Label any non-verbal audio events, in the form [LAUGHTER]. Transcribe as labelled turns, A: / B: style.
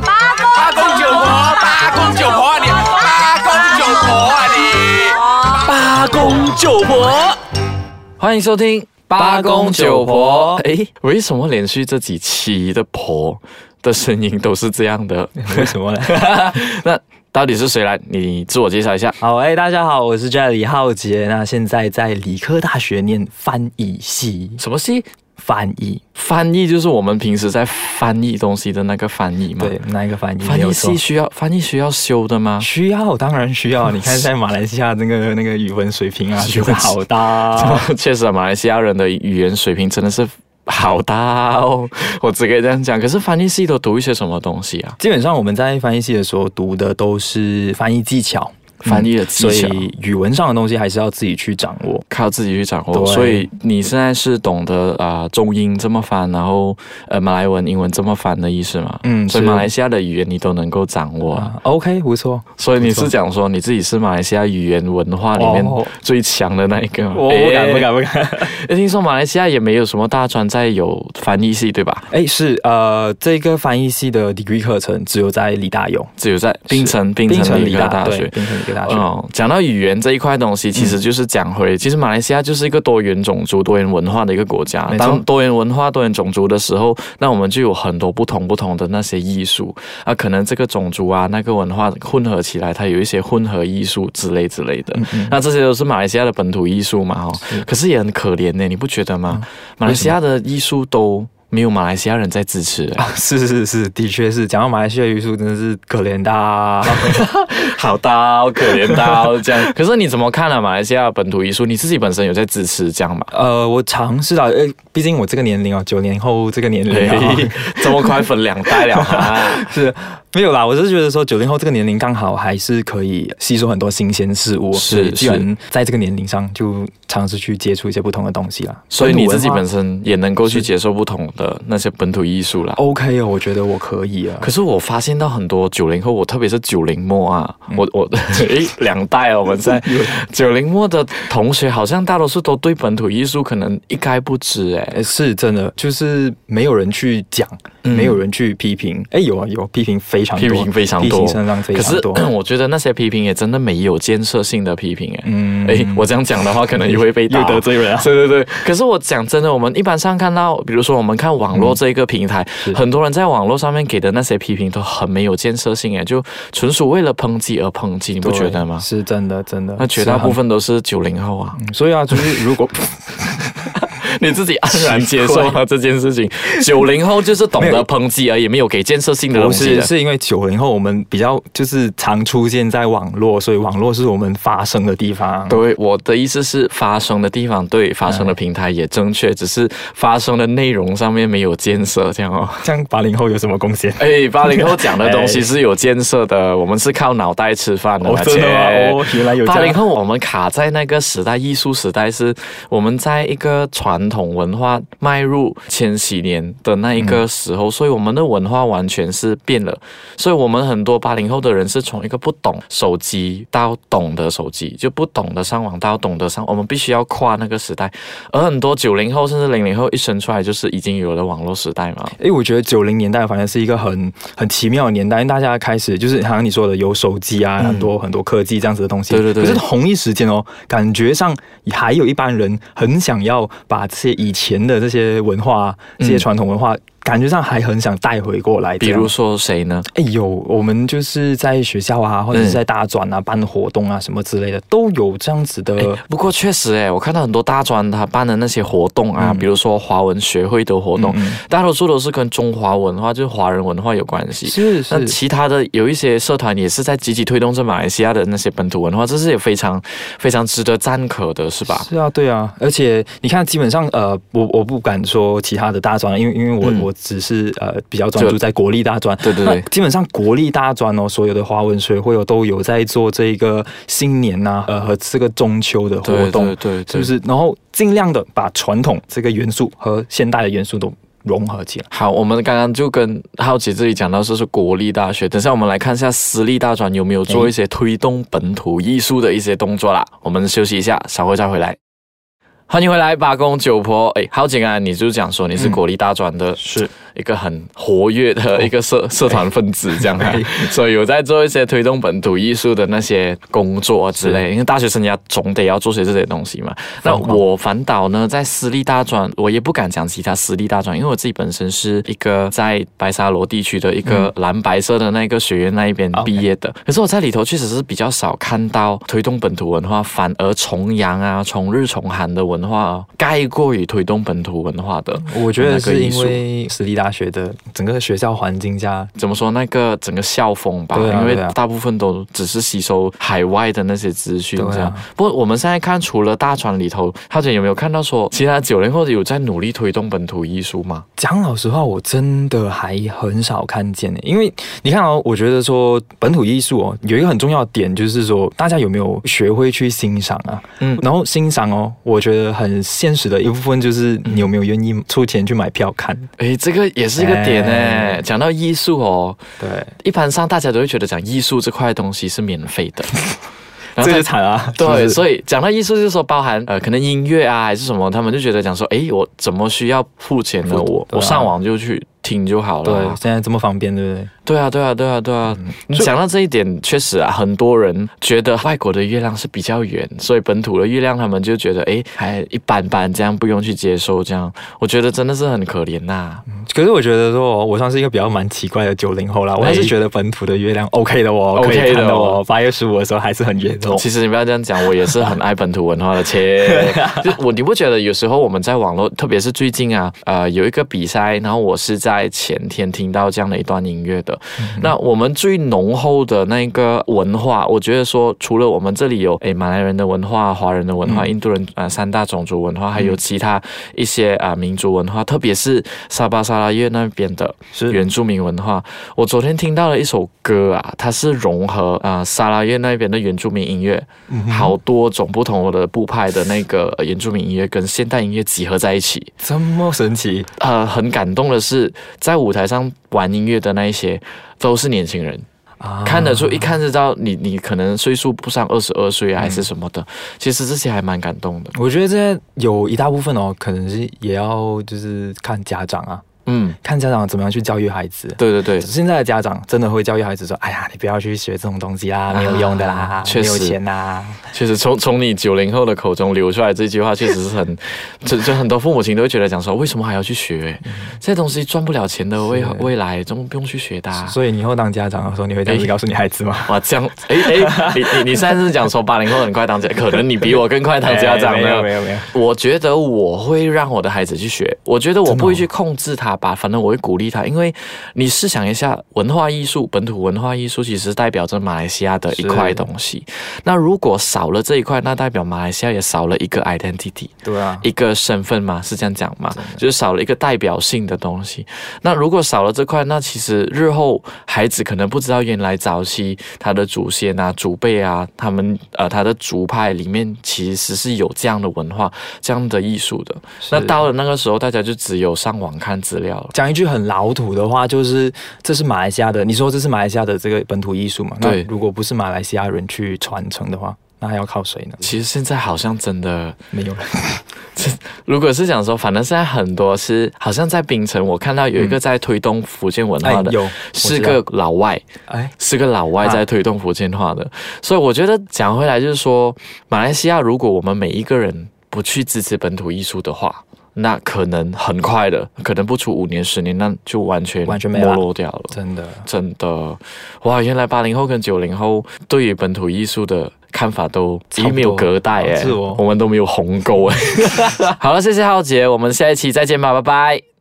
A: 八公九婆，八公九婆啊你，八公九婆啊你，
B: 八公九婆，欢迎收听哎， [LAUGHS] 为什么连续这几期的婆的声音都是这样的？ [LAUGHS]
C: 为什么呢？
B: 那到底是谁来？你自我介绍一下。
C: [LAUGHS] 好，哎、大家好，我是 j 李浩杰，那现在在理科大学念翻译系，
B: 什么戏？
C: 翻译，
B: 翻译就是我们平时在翻译东西的那个翻译嘛。
C: 对，，那一个翻译
B: 翻
C: 没有
B: 译
C: 错
B: 系。需要翻译需要修的吗？
C: 需要，当然需
B: [LAUGHS]
C: 要。你看现在马来西亚那个那个语文水平啊，
B: 语
C: 学
B: 文
C: 的
B: [LAUGHS]
C: 好大。
B: 确实啊，马来西亚人的语言水平真的是好大哦， [LAUGHS] 我只可以这样讲。可是翻译系都读一些什么东西啊？
C: 基本上我们在翻译系的时候读的都是翻译技巧，
B: 翻译的技巧
C: 嗯所以语文上的东西还是要自己去掌握。
B: 靠自己去掌握。
C: 对
B: 所以你现在是懂得啊、呃中英这么翻，然后呃马来文、英文这么翻的意思嘛？
C: 嗯
B: 所以
C: 是
B: 马来西亚的语言你都能够掌握。
C: 啊，OK，不错。
B: 所以你
C: 没错
B: 是讲说你自己是马来西亚语言文化里面
C: 哦
B: 最强的那一个吗？
C: 我不敢，不敢，不敢。
B: 诶。听说马来西亚也没有什么大专在有翻译系，对吧？
C: 哎，是呃，这个翻译系的 degree 课程只有在理大有，
B: 只有在槟城槟
C: 槟
B: 城
C: 城
B: 理
C: 理
B: 科大
C: 对
B: 学。
C: 槟城理科大学。
B: 嗯，讲到语言这一块东西，其实就是讲回，其实马来西亚就是一个多元种族、多元文化的一个国家。
C: 没错
B: 当多元文化、多元种族的时候，那我们就有很多不同不同的那些艺术啊，可能这个种族啊、那个文化混合起来，它有一些混合艺术之类之类的。那这些都是马来西亚的本土艺术嘛，哦，可嗯是也嗯很可怜呢，你不觉得吗？马来西亚的艺术都没有马来西亚人在支持，哎
C: 啊， [LAUGHS] 是是是，的确是。讲到马来西亚语数，真的是可怜
B: [LAUGHS]
C: 的啊。
B: [LAUGHS] 好刀，可怜刀这样。 [LAUGHS] 可是你怎么看了、啊马来西亚本土艺术？你自己本身有在支持这样吗？
C: 呃，我尝试了，呃，毕竟我这个年龄哦，九零后这个年龄啊、
B: 嘿 [LAUGHS] 这么快分两代了啊
C: [LAUGHS]
B: 哈？
C: 是没有啦，我是觉得说九零后这个年龄刚好还是可以吸收很多新鲜事物，
B: 是
C: 所以既
B: 是
C: 然在这个年龄上就尝试去接触一些不同的东西啦。
B: 所以你自己本
C: 身
B: 身也能够去接受不同的那些本土艺术啦。
C: OK 哦，我觉得我可以啊。
B: 可是我发现到很多九零后，我特别是九零末啊，
C: 嗯
B: 我我 [LAUGHS] 诶两代哦，我们
C: [LAUGHS]
B: 在九零末的同学，好像大多数都对本土艺术可能一概不知诶。
C: 呃是真的，就是没有人去讲，没有人去批评。哎，有啊有，批评非常
B: 嗯批
C: 多，
B: 评非常
C: 批
B: 多，
C: 评声浪非
B: 可
C: 常
B: 是
C: 多。
B: [CLEARS THROAT] 我觉得那些批评也真的没有建设性的批评哎。
C: 嗯
B: 诶，我这样讲的话，可能也会被打。
C: 又得罪人啊！
B: [LAUGHS] 对对对，可是我讲真的，我们一般上看到，比如说我们看网络这一个平台，
C: 嗯是
B: 很多人在网络上面给的那些批评都很没有建设
C: 嗯
B: 性，哎，就纯属为了抨击而抨击，你不觉得吗？
C: 是真的，真的。
B: 那绝大
C: 是很
B: 部分都是九零后啊，
C: 所以啊，就是
B: [LAUGHS]
C: 啊如果
B: 你自己安然接
C: [LAUGHS]
B: 受了这件事情。九零后就是懂
C: 没
B: 得
C: 有
B: 抨击而已，没有给建设性的东
C: 不
B: 西
C: 是
B: 的。
C: 是因为九零后我们比较就是常出现在网络，所以网络是我们发声的地方。
B: 对，我的意思是，发生的地方对，发
C: 嗯
B: 生的平台也正确，只是发生的内容上面没有建设，这样哦。
C: 这样八零后有什么贡献？
B: 哎，八零后讲的东西是有建设的，我们是靠脑袋吃饭的，
C: 哦
B: 而，
C: 真的吗？
B: 且
C: 哦，原来有
B: 八
C: 这
B: 零
C: 样。
B: 后，我们卡在那个时代，艺术时代是我们在一个传统文化迈入千禧年的那一
C: 嗯
B: 个时候，所以我们的文化完全是变了。所以我们很多八零后的人是从一个不懂手机到懂得手机，就不懂得上网到懂得上，我们必须要跨那个时代。而很多九零后甚至零零后一生出来就是已经有了网络时代嘛。
C: 哎，我觉得九零年代反正是一个很很奇妙的年代，因为大家开始就是好像你说的有手机啊，很多很多科技这样子的东西。
B: 嗯对对对
C: 可是同一时间哦，感觉上还有一帮人很想要把这些以前的这些文化啊、这些传统文化，感觉上还很想带回过来。
B: 嗯比如，说谁呢？
C: 哎有我们就是在学校啊，或者是
B: 嗯
C: 在大专啊、办活动啊什么之类的，都有这样子的。
B: 不过确实哎诶，我看到很多大专他办的那些活动啊，比如说华文学会的活动，
C: 嗯
B: 大多数都是跟中华文化，就是华人文化有关系。
C: 是
B: 那
C: 是，
B: 其他的有一些社团也是在积极推动着马来西亚的那些本土文化，这是也非常非常值得赞可的，是吧？
C: 是啊，对啊，而且你看，基本上呃，我我不敢说其他的大专，因为因为我、
B: 嗯
C: 我只是呃比较专
B: 就
C: 注在国立大专。
B: 对对
C: 那
B: 对，
C: 基本上国立大专哦，所有的华文学会哦都有在做这个新年呐、呃和这个中秋的活
B: [LAUGHS] 对
C: 动，
B: 对对
C: 是
B: 对
C: 不。是？然后尽量的把传统这个元素和现代的元素都融合起来。
B: 好，我们刚刚就跟浩杰这里讲到，说是国立大学。等一下我们来看一下私立大专有没有做一些推动本土艺术的一些动作啦。我们休息一下，稍后再回来。欢迎回来，八公九婆。哎，浩杰啊，你就讲说你是国立大专的，
C: 是
B: 一个很活跃的一个社、社团分子这样啊，所以有在做一些推动本土艺术的那些工作之类，因为大学生涯总得要做些这些东西嘛。那我反倒呢，在私立大专，我也不敢讲其他私立大专，因为我自己本身是一个在白沙罗地区的一个蓝白色的那个学院那一边
C: OK
B: 毕业的。可是我在里头确实是比较少看到推动本土文化，反而崇洋啊、崇日、崇韩的文化哦盖过于推动本土文化的。
C: 我觉得
B: 那
C: 是
B: 个艺
C: 因
B: 术
C: 为私立大学的整个学校环境下，
B: 怎么说那个整个校风吧，
C: 对啊
B: 因为
C: 对啊
B: 大部分都只是吸收海外的那些资讯
C: 对啊
B: 这样。不过我们现在看，除了大船里头，浩姐有没有看到说，其他九零后有在努力推动本土艺术吗？
C: 讲老实话，我真的还很少看见呢。欸因为你看哦，我觉得说本土艺术哦，有一个很重要的点就是说，大家有没有学会去欣赏啊？
B: 嗯
C: 然后欣赏哦，我觉得很现实的一部分就是你有没有愿意出钱去买票看。
B: 诶，这个也是一个点诶。
C: 哎
B: 讲到艺术哦，
C: 对，
B: 一般上大家都会觉得讲艺术这块东西是免费
C: [LAUGHS]
B: 的，然
C: 这
B: 后他
C: 就惨啊！
B: 对，
C: 以
B: 所以讲到艺术，就是说包含呃，可能音乐啊还是什么，他们就觉得讲说，诶，我怎么需要付钱呢？
C: 付
B: 我、
C: 对
B: 我
C: 啊
B: 上网就去听就好了
C: 对
B: 啊、，
C: 现在这么方便，对不对？
B: 对啊，对啊，对啊，对啊。你讲到这一点，确实啊，很多人觉得外国的月亮是比较圆，所以本土的月亮他们就觉得，诶，还一般般，这样不用去接受，这样，我觉得真的是很可怜呐、
C: 可是我觉得说，我算是一个比较蛮奇怪的九零后啦，我还是
B: 哎
C: 觉得本土的月亮 OK 的哦，可
B: OK
C: 以看的
B: 的
C: 哦
B: 哦。
C: 八月十五的时候还是很哦严重。
B: 其实你不要这样讲，我也是很爱本土文化的。切，就我你不觉得有时候我们在网络，特别是最近啊，呃，有一个比赛，然后我是在前天听到这样的一段音乐的。那我们最浓厚的那个文化，我觉得说，除了我们这里有诶马来人的文化、华人的文化、印度人啊、呃、三大种族文化，还有其他一些啊、民族文化，特别是沙巴沙拉越那边的
C: 是
B: 原住民文化，我昨天听到了一首歌啊，它是融合啊、呃沙拉越那边的原住民音乐，
C: 嗯
B: 好多种不同的部派的那个呃原住民音乐跟现代音乐集合在一起。
C: 这么神奇，
B: 呃，很感动的是，在舞台上玩音乐的那一些都是年轻人，
C: 啊
B: 看得出一看就知道你你可能岁数不上二十二岁啊还
C: 嗯
B: 是什么的。其实这些还蛮感动的。
C: 我觉得这有一大部分哦，可能是也要就是看家长啊，
B: 嗯，
C: 看家长怎么样去教育孩子。
B: 对对对。
C: 现在的家长真的会教育孩子说：“哎呀，你不要去学这种东西啦，没有用的啦
B: 啊，
C: 没
B: 确实
C: 有钱啦。
B: 确实从，从你九零后的口中流出来这句话，确实是很， [LAUGHS] 就就很多父母亲都会觉得讲说，为什么还要去学？
C: 嗯
B: 这些东西赚不了钱的未未来，怎么不用去学的、啊？
C: 所以你以后当家长的时候，你会这样
B: 哎
C: 子告诉你孩
B: [LAUGHS]
C: 子吗？
B: 哇，这样，哎哎，你你你现在是讲说八零后很快当家，可能你比我更快当家长
C: 哎
B: 呢。
C: 没有没有没有，
B: 我觉得我会让我的孩子去学，我觉得我
C: 真的
B: 不
C: 哦
B: 会去控制他吧，反正我会鼓励他，因为你试想一下，文化艺术、本土文化艺术其实代表着马来西亚的一
C: 是
B: 块东西。那如果少了这一块，那代表马来西亚也少了一个 identity。
C: 对啊，
B: 一个身份嘛，是这样讲嘛，就是少了一个代表性的东西。那如果少了这块，那其实日后孩子可能不知道原来早期他的祖先啊、祖辈啊，他们呃他的族派里面其实是有这样的文化、这样的艺术的。那到了那个时候，大家就只有上网看资料了。
C: 讲一句很老土的话，就是这是马来西亚的，你说这是马来西亚的这个本土艺术嘛？那
B: 对
C: 如果不是马来西亚人去传承的话，那还要靠谁呢？
B: 其实现在好像真的，
C: 没有人。
B: 如果是讲说，反正现在很多是好像在槟城，我看到有一个在推动福建文化
C: 嗯哎，
B: 的， [LAUGHS]
C: 有
B: 是
C: 我知
B: 个
C: 道
B: 老外，
C: 哎，
B: 是个老外在推动福建话的，所以我觉得讲回来就是说，马来西亚如果我们每一个人不去支持本土艺术的话，那可能很快的，可能不出五年十年，那就完全
C: 完全没了
B: 没落掉了。
C: 真的
B: 真的，哇！原来八零后跟九零后对于本土艺术的看法都已
C: 不多
B: 经没有隔代哎、
C: 是哦
B: [LAUGHS] 我们都没有鸿沟哎。好了，谢谢浩杰，我们下一期再见吧，拜拜。